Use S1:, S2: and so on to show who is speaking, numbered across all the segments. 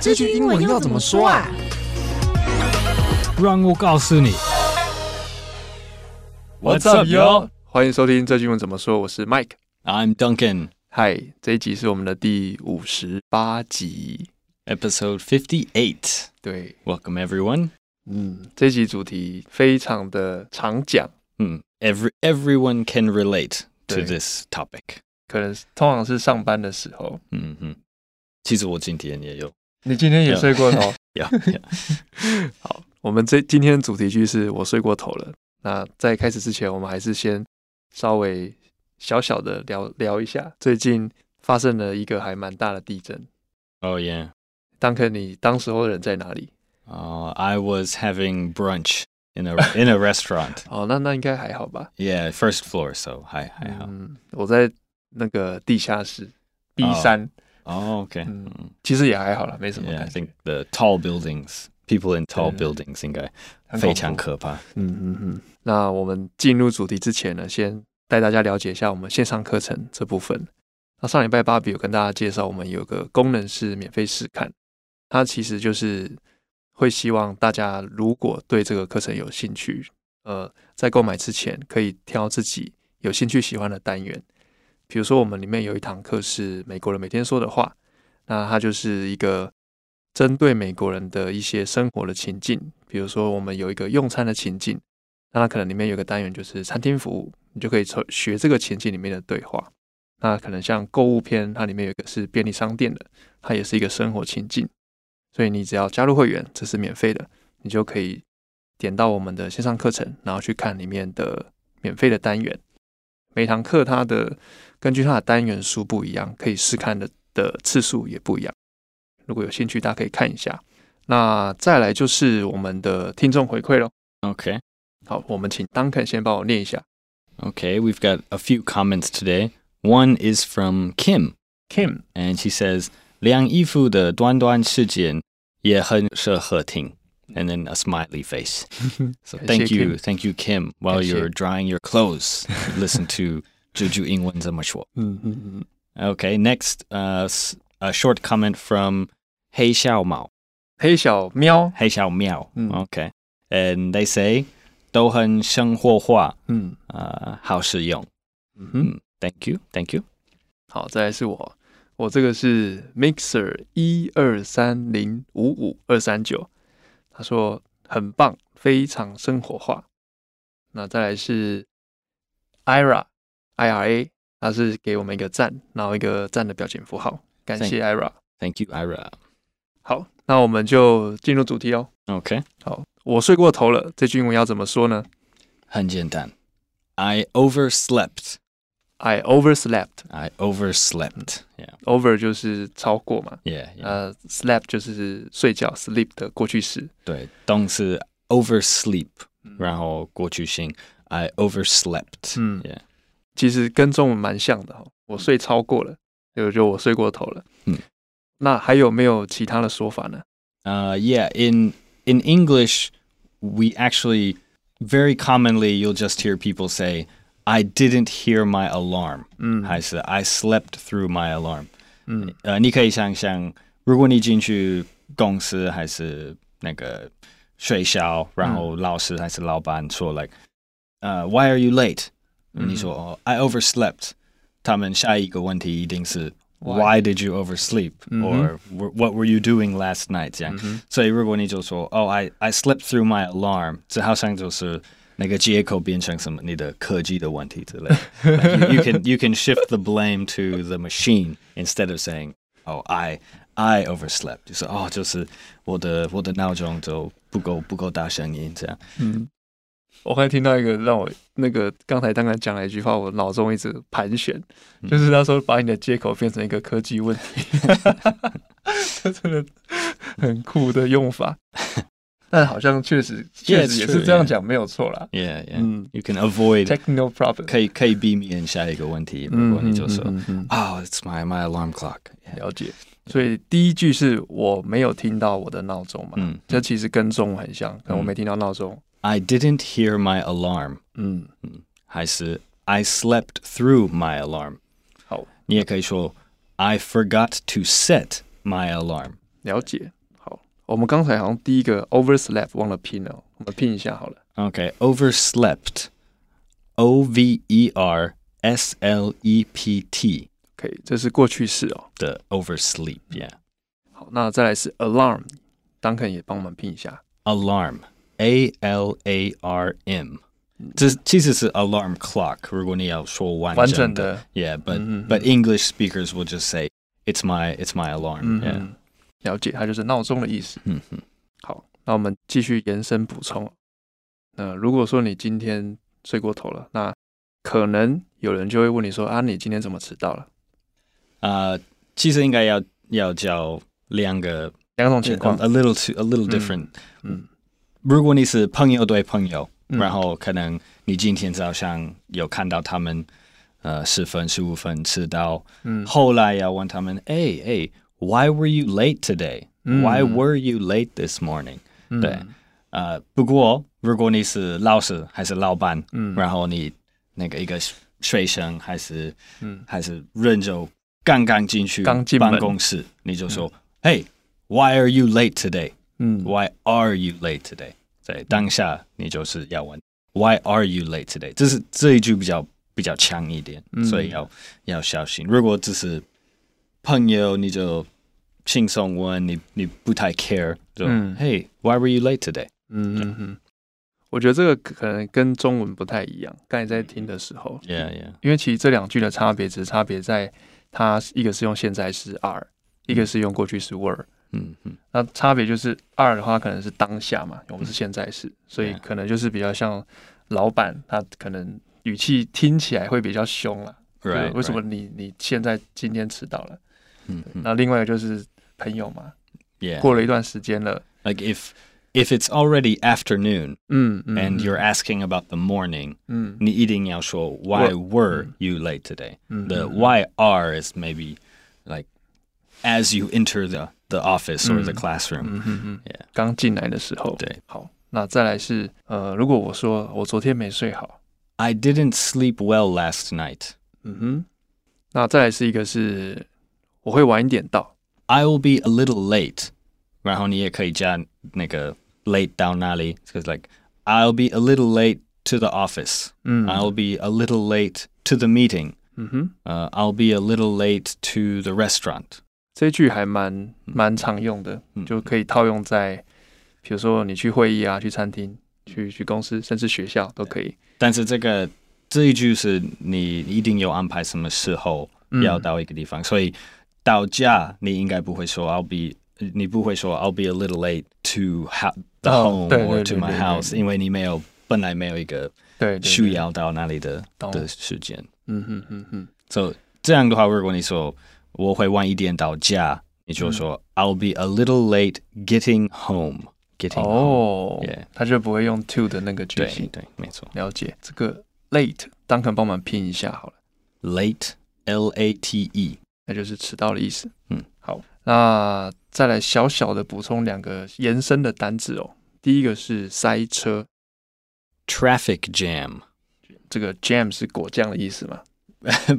S1: 这句英文要怎么说啊？
S2: 让我告诉你。
S3: What's up, yo?
S4: 欢迎收听这句英文怎么说，我是 Mike。
S3: I'm Duncan.
S4: 嗨，这一集是我们的第五十八集。
S3: Episode 58.
S4: 对，
S3: Welcome, everyone.
S4: 嗯，这一集主题非常的常讲，
S3: Hmm. Every everyone can relate to
S4: 对。
S3: this topic.
S4: 可能是通常是上班的时候。
S3: 嗯哼，其实我今天 也有
S4: 你今天也睡过 头？
S3: 呀
S4: 好，我们这今天的主题句是我睡过头了。那在开始之前，我们还是先稍微小小的聊聊一下，最近发生了一个还蛮大的地震。
S3: Oh yeah.
S4: 当克，你当时候人在哪里？
S3: Uh, I was having brunch in a in a restaurant.
S4: 哦，那那应该还好吧？
S3: Yeah, first floor. So hi, hi,
S4: 嗯，我在那个地下室 B 三、
S3: Oh, okay.
S4: 嗯。
S3: Mm.
S4: 其实也还好啦，没什么
S3: Yeah,
S4: 感
S3: I
S4: 觉。
S3: think the tall buildings, people in tall
S4: 对。
S3: buildings
S4: 很恐怖
S3: 应该非常可怕。
S4: 嗯嗯嗯。那我们进入主题之前呢，先带大家了解一下我们线上课程这部分。那上礼拜芭比有跟大家介绍，我们有个功能是免费试看，它其实就是会希望大家如果对这个课程有兴趣，呃，在购买之前可以挑自己有兴趣喜欢的单元。比如说，我们里面有一堂课是美国人每天说的话，那它就是一个针对美国人的一些生活的情境，比如说我们有一个用餐的情境，那它可能里面有个单元就是餐厅服务，你就可以从学这个情境里面的对话。那可能像购物篇，它里面有一个是便利商店的，它也是一个生活情境，所以你只要加入会员，这是免费的，你就可以点到我们的线上课程，然后去看里面的免费的单元。每堂课它的根据它的单元数不一样，可以试看的的次数也不一样。如果有兴趣，大家可以看一下。那再来就是我们的听众回馈喽。
S3: Okay.
S4: 好，我们请 Duncan 先帮我念一下。
S3: Okay, we've got a few comments today. One is from Kim,
S4: Kim，
S3: and she says, 晾衣服的短短时间也很适合听. And then a smiley face. So
S4: Thank
S3: thank
S4: you,
S3: you,
S4: Kim.
S3: thank you, Kim. While
S4: 感谢。
S3: you're drying your clothes, listen to Juju 英文怎么说.
S4: 嗯嗯嗯，
S3: Okay, next, uh, s- a short comment from Hey Xiao Mao.
S4: 黑小喵，
S3: Hey Xiao Miao.
S4: Mm.
S3: Okay. And they say, 都很生活化,
S4: 嗯
S3: uh, 好实用.
S4: 嗯哼，
S3: Mm, Thank you, thank you.
S4: 好，再来是我，我这个是 Mixer 一二三零五五二三九，他说很棒，非常生活化。那再来是 Ira IRA，他是给我们一个赞，然后一个赞的表情符号，感谢 Ira。
S3: Thank you, Ira.
S4: 好，那我们就进入主题哦。
S3: Okay.
S4: 好，我睡过头了，这句英文要怎么说呢
S3: 很简单. I overslept.
S4: ？I overslept。
S3: I overslept. Yeah.
S4: over 就是超过嘛，
S3: Yeah. yeah.
S4: 呃，sleep 就是睡觉，sleep 的过去式。
S3: 对，动词 oversleep，、然后过去性 I overslept。
S4: 嗯
S3: yeah.
S4: 其实跟中文蛮像的哈、哦我睡超过了，对，我觉得我睡过头了。
S3: 嗯，
S4: 那还有没有其他的说法呢？
S3: Uh, yeah, in in English, we actually very commonly you'll just hear people say, "I didn't hear my alarm,"
S4: 嗯，
S3: 还是 "I slept through my alarm." Uh,
S4: 嗯
S3: 呃，你可以想想，如果你进去公司还是那个学校，然后老师还是老板说 like，呃、uh,，Why are you late？、
S4: 嗯。
S3: 你说哦，I overslept。他们下一个问题一定是
S4: Why？
S3: Why did you oversleep?
S4: 嗯哼。
S3: Or "Wh- what were you doing last night? 这样。
S4: 嗯
S3: 所以如果你就说，“Oh, I I slept through my alarm，这好像就是那个接口变成什么你的科技的问题之类的。like you, you can you can shift the blame to the machine instead of saying, "Oh, I I overslept." 就是哦，就是我的我的闹钟就不够不够大声音这样。
S4: 嗯，我刚才听到一个让我那个刚才刚刚讲了一句话，我脑中一直盘旋，
S3: 嗯
S4: 就是他说把你的接口变成一个科技问题， 这真的很酷的用法。但好像确实确
S3: Yeah, it's
S4: 实也
S3: true,
S4: 是这样
S3: yeah.
S4: 讲，没有错啦。
S3: Yeah, yeah.
S4: 嗯
S3: You can avoid
S4: ，technical problem。
S3: 可以可以避免下一个问题。如果你就说，
S4: 嗯嗯嗯嗯
S3: "Oh, it's my my alarm clock."
S4: 了解。所以第一句是我没有听到我的闹钟嘛，
S3: 嗯
S4: 这其实跟中文很像，可能我没听到闹钟。
S3: I didn't hear my alarm.
S4: 嗯，
S3: 还是 I slept through my alarm.
S4: 好，
S3: 你也可以说 I forgot to set my alarm.
S4: 了了解。好，我们刚才好像第一个 overslept 忘了拼了，我们拼一下好了。
S3: Okay, overslept. O V E R S L E P T.
S4: OK，这是过去式哦。
S3: The oversleep, yeah.
S4: 好，那再来是 alarm，当肯也帮我们拼一下。
S3: Alarm. A L A R M. 这其实是 alarm clock. 如果你要说完整的，
S4: 完整的。
S3: yeah. But
S4: 嗯，嗯，嗯。
S3: but English speakers will just say it's my it's my alarm.
S4: 嗯
S3: Yeah. Mm-hmm.
S4: 嗯，了解，它就是闹钟的意思。
S3: 嗯哼
S4: 好，那我们继续延伸补充。那如果说你今天睡过头了，那可能有人就会问你说啊，你今天怎么迟到了？
S3: 呃，Uh, 其实应该要要教两个
S4: 两种情况，
S3: a little to a little different、
S4: 嗯，
S3: 如果你是朋友对朋友，
S4: 嗯
S3: 然后可能你今天早上有看到他们呃十分十五分迟到，
S4: 嗯
S3: 后来要问他们，哎哎，Why were you late today?
S4: 嗯
S3: Why were you late this morning?
S4: 嗯
S3: 对，呃，不过如果你是老师还是老板，
S4: 嗯
S3: 然后你那个一个学生还是
S4: 嗯
S3: 还是认真刚刚进去
S4: 刚进门
S3: 办公室，你就说，嘿、w h y are you late today?
S4: 嗯
S3: Why are you late today？在当下，你就是要问 Why are you late today？这是这一句比较比较强一点，所以要要小心。如果只是朋友，你就轻松问，你你不太 care，就、
S4: 嗯
S3: Hey，why were you late today？
S4: 嗯嗯嗯，我觉得这个可能跟中文不太一样。刚才在听的时候，
S3: Yeah, yeah.
S4: 因为其实这两句的差别只是差别在它一个是用现在时 are，一个是用过去式 were。
S3: 嗯嗯
S4: 那差别就是 are 的话可能是当下嘛，我们是现在式，所以
S3: Yeah
S4: 可能就是比较像老板，他可能语气听起来会比较凶了。对
S3: ，Right？
S4: 为什么你你现在今天迟到了？
S3: 嗯
S4: 那另外一个就是朋友嘛，
S3: ，Yeah.
S4: 过了一段时间了，
S3: Like if if it's already afternoon
S4: 嗯嗯
S3: and
S4: 嗯
S3: you're asking about the morning，
S4: 嗯
S3: 你一定要说 Why
S4: Were-
S3: were you late today？
S4: 嗯
S3: the
S4: 嗯
S3: why are is maybe like as you enter the the office or the
S4: 嗯
S3: classroom
S4: 嗯嗯嗯
S3: Yeah，
S4: 刚进来的时候，
S3: 对，
S4: 好，那再来是呃，如果我说我昨天没睡好，
S3: i didn't sleep well last night
S4: 嗯哼，那再来是一个是我会晚一点到，
S3: i will be a little late 然后你也可以加那个 late 到哪里，because like i'll be a little late to the office
S4: 嗯
S3: i'll be a little late to the meeting
S4: 嗯哼，
S3: uh, i'll be a little late to the restaurant
S4: 这一句还蛮蛮常用的，
S3: 嗯
S4: 就可以套用在比如说你去会议啊、去餐厅、去去公司，甚至学校都可以。
S3: 但是这个这一句是你一定有安排什么时候
S4: 嗯
S3: 要到一个地方，所以到家你应该不会说 I'll be，你不会说 I'll be a little late to ho- the
S4: 哦
S3: home、
S4: 对对
S3: or
S4: 对
S3: to
S4: 对
S3: my
S4: 对
S3: house，
S4: 对
S3: 因为你没有本来没有一个
S4: 对，对对
S3: 需要到那里的
S4: 懂
S3: 的时间，
S4: 嗯嗯嗯嗯，
S3: 所、so, 这样的话，如果你说我会晚一点到家，你就说、I'll be a little late getting home，getting
S4: 哦
S3: home，、Yeah，
S4: 他就不会用 to 的那个句
S3: 对
S4: 型。
S3: 对，没错
S4: 了解这个 late，当肯帮忙拼一下好了。
S3: ，late L A T E。
S4: 那就是迟到的意思。
S3: 嗯，
S4: 好，那再来小小的补充两个延伸的单字哦。第一个是塞车，
S3: traffic jam.
S4: 这个 jam 是果酱的意思吗？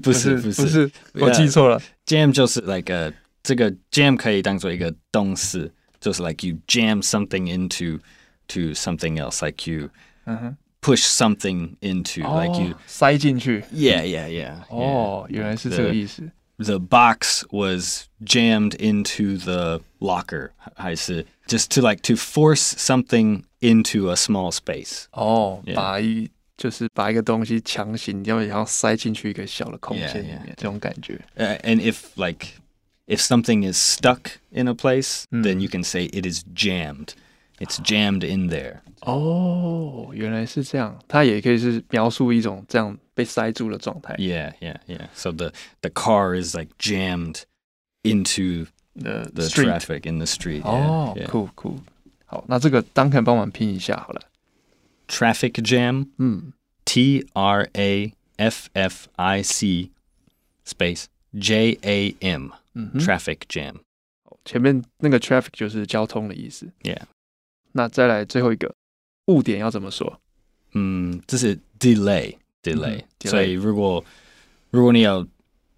S3: 不是
S4: 不
S3: 不
S4: 是，
S3: 是
S4: 我记错 了。
S3: ，jam 就是 like a 这个 jam 可以当做一个动词，就是 like you jam something into to something else, like you
S4: 嗯哼，
S3: push something into, like
S4: 哦
S3: you
S4: 塞进去。
S3: yeah yeah yeah.
S4: 哦，原来是这个意思。
S3: yeah. the box was jammed into the locker. 还是 just to like to force something into a small space.
S4: 哦
S3: Yeah，
S4: 把一就是把一个东西强行要然后塞进去一个小的空间里
S3: Yeah，yeah，
S4: 面，这种感觉。
S3: Uh, and if like if something is stuck in a place, then you
S4: Hmm.
S3: can say it is jammed. It's jammed in there.
S4: 哦，原来是这样。它也可以是描述一种这样被塞住的状态。
S3: Yeah, yeah, yeah. So the the car is like jammed into
S4: The
S3: the
S4: street
S3: traffic in the street. yeah,
S4: 哦
S3: yeah.
S4: ，cool cool，好，那这个 Duncan 帮忙拼一下好了。
S3: Traffic jam.
S4: 嗯
S3: T R A F F I C space J A M.
S4: 嗯哼，
S3: Traffic jam.
S4: 前面那个 traffic 就是交通的意思。
S3: Yeah.
S4: 那再来最后一个误点要怎么说？
S3: 嗯，这是 delay delay，、
S4: delay
S3: 所以如果如果你要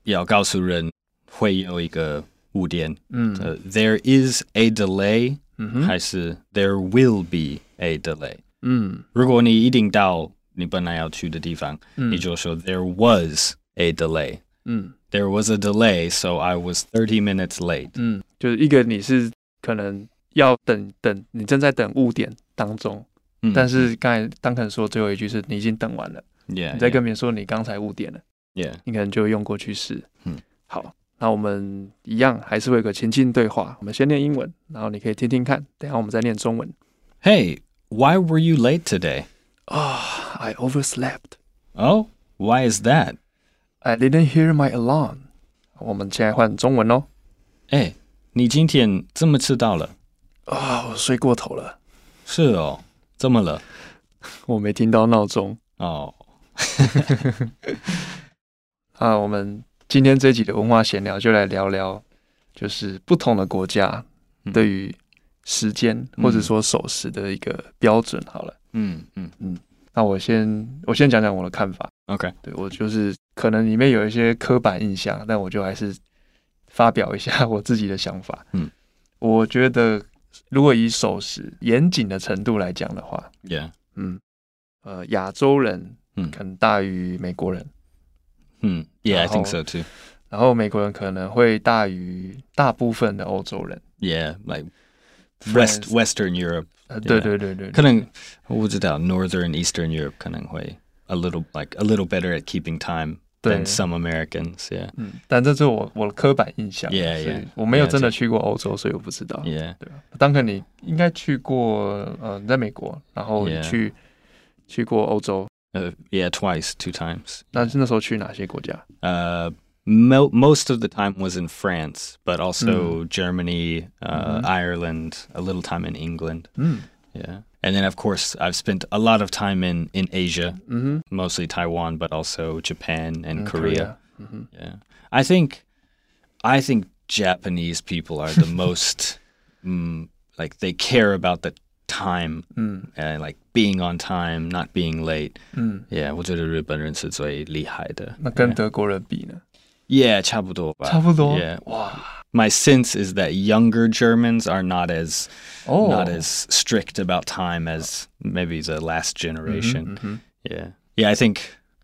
S3: 要告诉人会有一个五点。
S4: 嗯
S3: 呃 there is a delay，、
S4: 嗯
S3: 还
S4: 哼，
S3: 是 there will be a delay？
S4: 嗯
S3: 如果你一定到你本来要去的地方，
S4: 嗯
S3: 你就说 there was a delay。
S4: 嗯
S3: There was a delay, so I was thirty minutes late。
S4: 嗯，就是一个你是可能要等等，你正在等误点当中，
S3: 嗯
S4: 但是刚才当肯说最后一句是你已经等完了，
S3: ，yeah，
S4: 你在跟别人说你刚才误点了。
S3: yeah，
S4: 你可能就会用过去式。
S3: 嗯，
S4: 好，那我们一样还是会有个情境对话，我们先念英文，然后你可以听听看，等一下我们再念中文。
S3: Hey, why were you late today?
S4: 啊、i overslept.
S3: Oh, why is that?
S4: I didn't hear my alarm. 我们现在换中文哦。
S3: 哎，你今天这么迟到了？
S4: 啊、我睡过头了，
S3: 是哦，怎么了？
S4: 我没听到闹钟。
S3: 哦，
S4: 啊，我们今天这集的文化闲聊就来聊聊，就是不同的国家
S3: 嗯
S4: 对于时间
S3: 嗯
S4: 或者说守时的一个标准。好了，
S3: 嗯嗯
S4: 那我先我先讲讲我的看法。
S3: ，OK，
S4: 对我就是可能里面有一些刻板印象，但我就还是发表一下 我自己的想法。
S3: 嗯，
S4: 我觉得如果以守时严谨的程度来讲的话，
S3: yeah，
S4: 嗯，呃，亚洲人
S3: 嗯
S4: 可能大于美国人，
S3: 嗯，yeah，I
S4: 然后
S3: think so too。
S4: 然后美国人可能会大于大部分的欧洲人。
S3: Yeah, like West
S4: France-
S3: Western Europe，
S4: 呃，对
S3: yeah
S4: 对对对，
S3: 可能我不知道 Northern Eastern Europe 可能会 a little like a little better at keeping time
S4: 对
S3: than，some Americans. Yeah,
S4: 嗯，但这是我我的刻板印象
S3: Yeah，
S4: 所以
S3: yeah，
S4: 我没有
S3: 了解
S4: 真的去过欧洲，所以我不知道。
S3: yeah.
S4: 对啊，当肯你应该去过，呃，你在美国，然后你
S3: Yeah.
S4: 去去过欧洲，
S3: Uh, yeah, twice, two times.
S4: 那那时候去哪些国家？
S3: Uh, mo- most of the time was in France, but also Germany, uh,
S4: Mhm.
S3: Ireland, a little time in England.
S4: 嗯
S3: Yeah. And then, of course, I've spent a lot of time in, in Asia,
S4: 嗯
S3: mostly Taiwan, but also
S4: 哼
S3: Japan and Korea.，
S4: 嗯哼
S3: Yeah. I think, I think Japanese people are the most, mm, like, they care about the time
S4: 嗯
S3: and, like, being on time, not being late.
S4: 嗯，
S3: Yeah, 我觉得日本人是最厉害的。
S4: 那跟德国人比呢？
S3: Yeah, 差不多吧。
S4: 差不多
S3: Yeah.
S4: 哇
S3: My sense is that younger Germans are not as
S4: 哦，
S3: not as strict about time as maybe the last
S4: 嗯
S3: generation.
S4: 哼嗯哼
S3: Yeah. Yeah, I think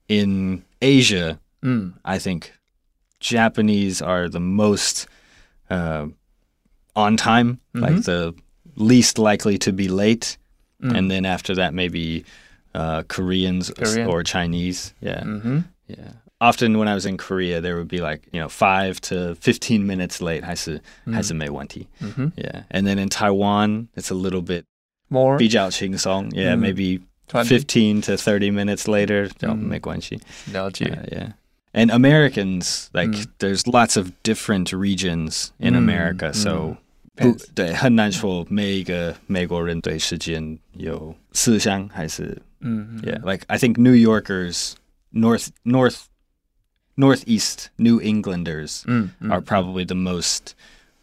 S3: in Asia,
S4: 嗯
S3: I think Japanese are the most uh, on time,
S4: Mm-hmm.
S3: like the least likely to be late.
S4: 嗯 Mm.
S3: And then after that, maybe uh, Koreans
S4: Korean. Mm.
S3: or Chinese. Yeah.
S4: 嗯哼
S3: Yeah. Often when I was in Korea, there would be like, you know, five to 15 minutes late. 还是-
S4: Mm.
S3: 还是没问题。
S4: 嗯哼
S3: Yeah. And then in Taiwan, it's a little bit
S4: ，more
S3: 比较轻松. Yeah.
S4: Mm.
S3: Maybe
S4: 20
S3: 15 to 30 minutes later.
S4: 嗯。
S3: 没关系.
S4: 了
S3: Yeah.
S4: 解，
S3: Uh, Yeah. And Americans, like,
S4: Mm.
S3: there's lots of different regions in
S4: 嗯，
S3: America. So, 不-
S4: Depends
S3: 对，很难说每一个美国人对时间有思想还是
S4: 嗯
S3: yeah, like I think New Yorkers, North North Northeast New Englanders
S4: 嗯嗯
S3: are probably the most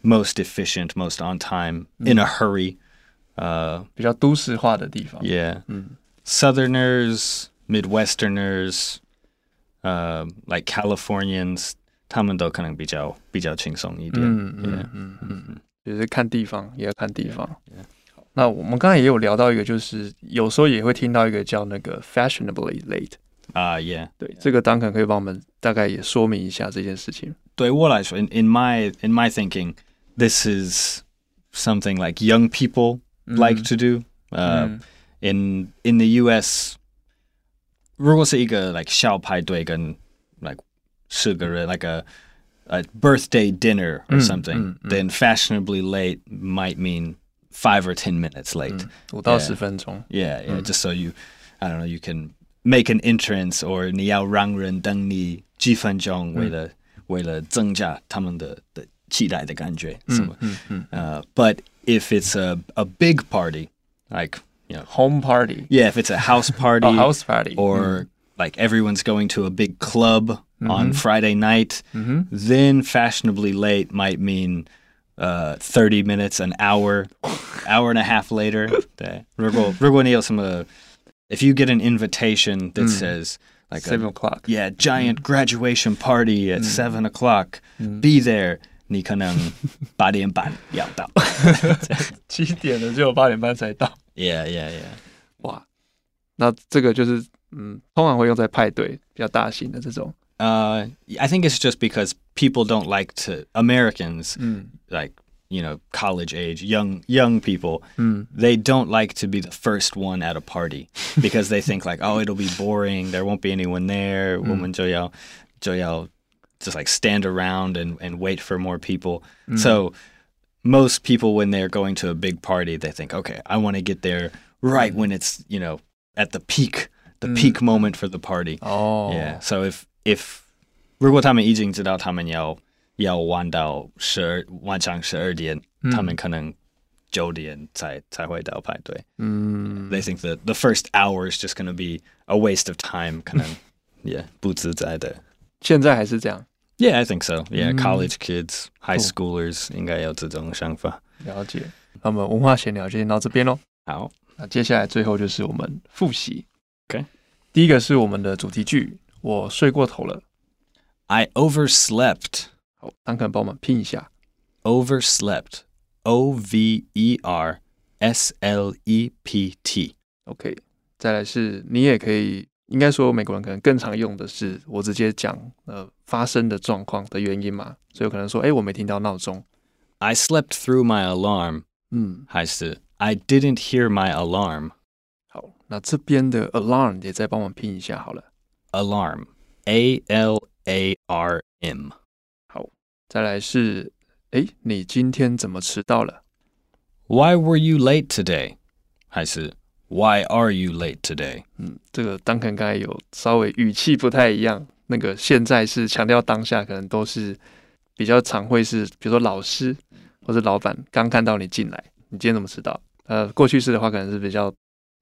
S3: most efficient, most on time, in a hurry. Uh,
S4: 比较都市化的地方，
S3: yeah,
S4: 嗯
S3: Southerners, Midwesterners, uh, like Californians, 他们都可能比较比较轻松一点。
S4: 嗯嗯
S3: Yeah.
S4: 嗯嗯。就是看地方，也要看地方
S3: Yeah.。
S4: 好那我们刚才也有聊到一个，就是有时候也会听到一个叫那个 fashionably late。
S3: Ah, yeah.
S4: 对这个 Duncan 可以帮我们大概也说明一下这件事情。
S3: 对我来说, in, in my in my thinking, this is something like young people like to do. Uh,
S4: 嗯
S3: in in the U.S. 如果是一个 like 校派对跟 like 是个人 like a a birthday dinner or
S4: 嗯，
S3: something,
S4: 嗯，嗯。
S3: then fashionably late might mean five or ten minutes late.
S4: 五到
S3: Yeah.
S4: 十分钟。
S3: Yeah, yeah. Just so you, I don't know, you can make an entrance or 你要让人等你几分钟，为了、嗯、为了增加他们的的期待的感觉，什么、嗯、呃、uh,
S4: 嗯嗯
S3: But if it's a a big party, like you know,
S4: ，home party，
S3: yeah, if it's a house party
S4: 哦，house party，
S3: or like everyone's going to a big club on Friday night,
S4: 嗯
S3: then fashionably late might mean uh, 30 minutes, an hour, hour and a half later. 对。如果-如果你有什么- uh, if you get an invitation that says, like, a,
S4: ，seven o'clock，
S3: yeah, giant graduation party at 7 o'clock, be there. 你可能八点半要到。
S4: 七点了，只有八点半才到。
S3: Yeah, yeah, yeah.
S4: 哇，那这个就是嗯，通常会用在派对比较大型的这种，
S3: Uh, I think it's just because people don't like to Americans,
S4: 嗯
S3: like you know, college age, young young people.
S4: 嗯
S3: they don't like to be the first one at a party because they think like, oh, it'll be boring. There won't be anyone there. Woman Joyao, Joyao, just like stand around and, and wait for more people. So most people when they're going to a big party, they think, okay, I want to get there right when it's you know at the peak, the peak moment for the party.
S4: 哦
S3: Yeah. So if if 如果他们已经知道他们要要玩到十晚上十二点，嗯、他们可能九点才才会到派对。
S4: 嗯
S3: They think that the first hour is just going to be a waste of time. 可能 yeah 不自在的。
S4: 现在还是这样，
S3: Yeah, I think so. Yeah,
S4: 嗯。
S3: college kids, high
S4: 哦。
S3: schoolers 应该有这种想法。好，
S4: 了解。那么文化闲聊就先到这边喽。那接下来最后就是我们复习。
S3: OK
S4: 第一个是我们的主题句，我睡过头了。
S3: I overslept.
S4: 好，丹肯帮我们拼一下。
S3: Overslept. O V E R S L E P T.
S4: OK，再来是你也可以，应该说美国人可能更常用的是我直接讲呃发生的状况的原因嘛，所以我可能说，哎、我没听到闹钟。
S3: I slept through my alarm.
S4: 嗯，
S3: 还是 I didn't hear my alarm.
S4: 好，那这边的 alarm 也再帮我拼一下好了。
S3: Alarm. A L A R M.
S4: 再来是，哎、你今天怎么迟到了？
S3: Why were you late today? 还是 Why are you late today?
S4: 嗯，这个当肯刚才有稍微语气不太一样，那个现在是强调当下，可能都是比较常会是，比如说老师或者老板刚看到你进来，你今天怎么迟到？呃，过去式的话可能是比较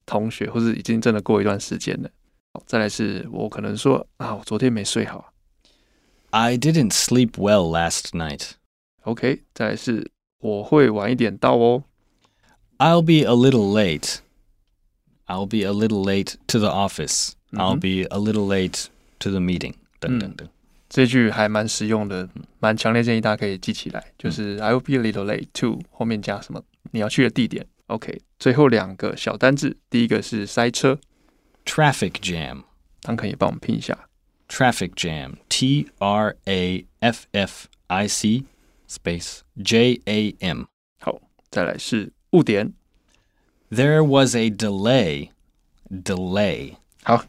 S4: 同学或是已经真的过一段时间了。好，再来是我可能说啊，我昨天没睡好。
S3: I didn't sleep well last night.
S4: OK，再来是我会晚一点到哦。
S3: I'll be a little late. I'll be a little late to the office. I'll
S4: 嗯哼。
S3: be a little late to the meeting. 等等等。
S4: 这句还蛮实用的，蛮强烈建议大家可以记起来，就是 I will be a little late to 后面加什么你要去的地点。OK，最后两个小单字，第一个是塞车，
S3: Traffic jam.
S4: 唐肯也帮我们拼一下。
S3: Traffic jam. T R A F F I C space J A M.
S4: 好，再来是误点。
S3: There was a delay. Delay.
S4: 好，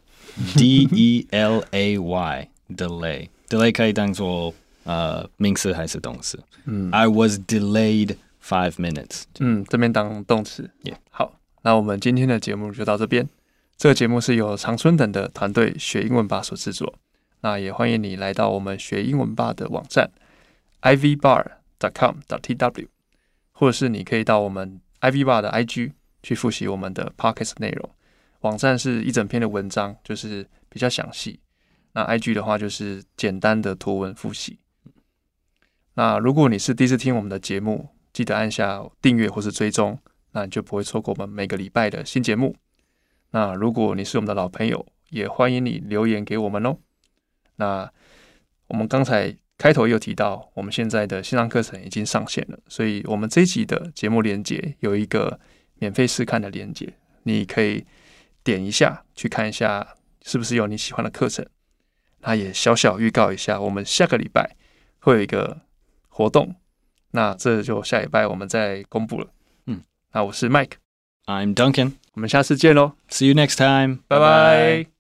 S3: D E L A Y. Delay. Delay uh, 可以当做呃名词还是动词。
S4: 嗯
S3: I was delayed five minutes.
S4: 嗯，这边当动词。
S3: Yeah
S4: 好，那我们今天的节目就到这边。这个节目是由常春等的团队学英文吧所制作。那也欢迎你来到我们学英文吧的网站 ivbar.com.tw，或者是你可以到我们 ivbar 的 IG 去复习我们的 podcast 内容。网站是一整篇的文章，就是比较详细。那 IG 的话就是简单的图文复习。那如果你是第一次听我们的节目，记得按下订阅或是追踪，那你就不会错过我们每个礼拜的新节目。那如果你是我们的老朋友，也欢迎你留言给我们哦。那我们刚才开头也有提到，我们现在的线上课程已经上线了，所以我们这一集的节目连接有一个免费试看的连接，你可以点一下去看一下是不是有你喜欢的课程。那也小小预告一下，我们下个礼拜会有一个活动，那这就下礼拜我们再公布了。
S3: 嗯，
S4: 那我是 Mike，
S3: I'm Duncan.
S4: 我们下次见喽，
S3: See you next time.
S4: 拜拜